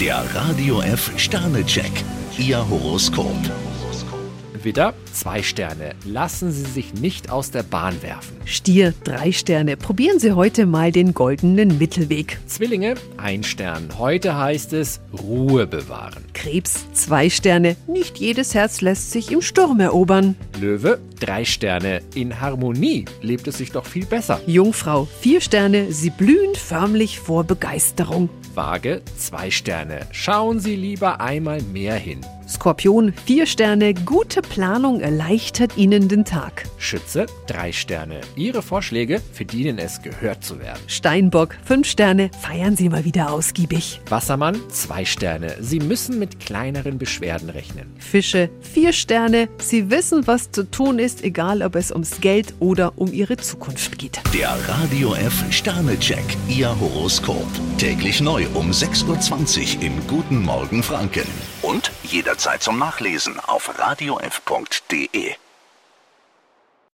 Der Radio F Sternecheck, Ihr Horoskop. Widder, zwei Sterne. Lassen Sie sich nicht aus der Bahn werfen. Stier, drei Sterne. Probieren Sie heute mal den goldenen Mittelweg. Zwillinge, ein Stern. Heute heißt es Ruhe bewahren. Krebs, zwei Sterne. Nicht jedes Herz lässt sich im Sturm erobern. Löwe, drei Sterne. In Harmonie lebt es sich doch viel besser. Jungfrau, vier Sterne. Sie blühen förmlich vor Begeisterung. Waage, zwei Sterne. Schauen Sie lieber einmal mehr hin. Skorpion, vier Sterne. Gute Planung erleichtert Ihnen den Tag. Schütze, drei Sterne. Ihre Vorschläge verdienen es, gehört zu werden. Steinbock, fünf Sterne. Feiern Sie mal wieder ausgiebig. Wassermann, zwei Sterne. Sie müssen mit kleineren Beschwerden rechnen. Fische, vier Sterne. Sie wissen, was zu tun ist, egal ob es ums Geld oder um Ihre Zukunft geht. Der Radio F Sternecheck, Ihr Horoskop. Täglich neu um 6.20 Uhr im Guten Morgen Franken. Und jederzeit zum Nachlesen auf radiof.de.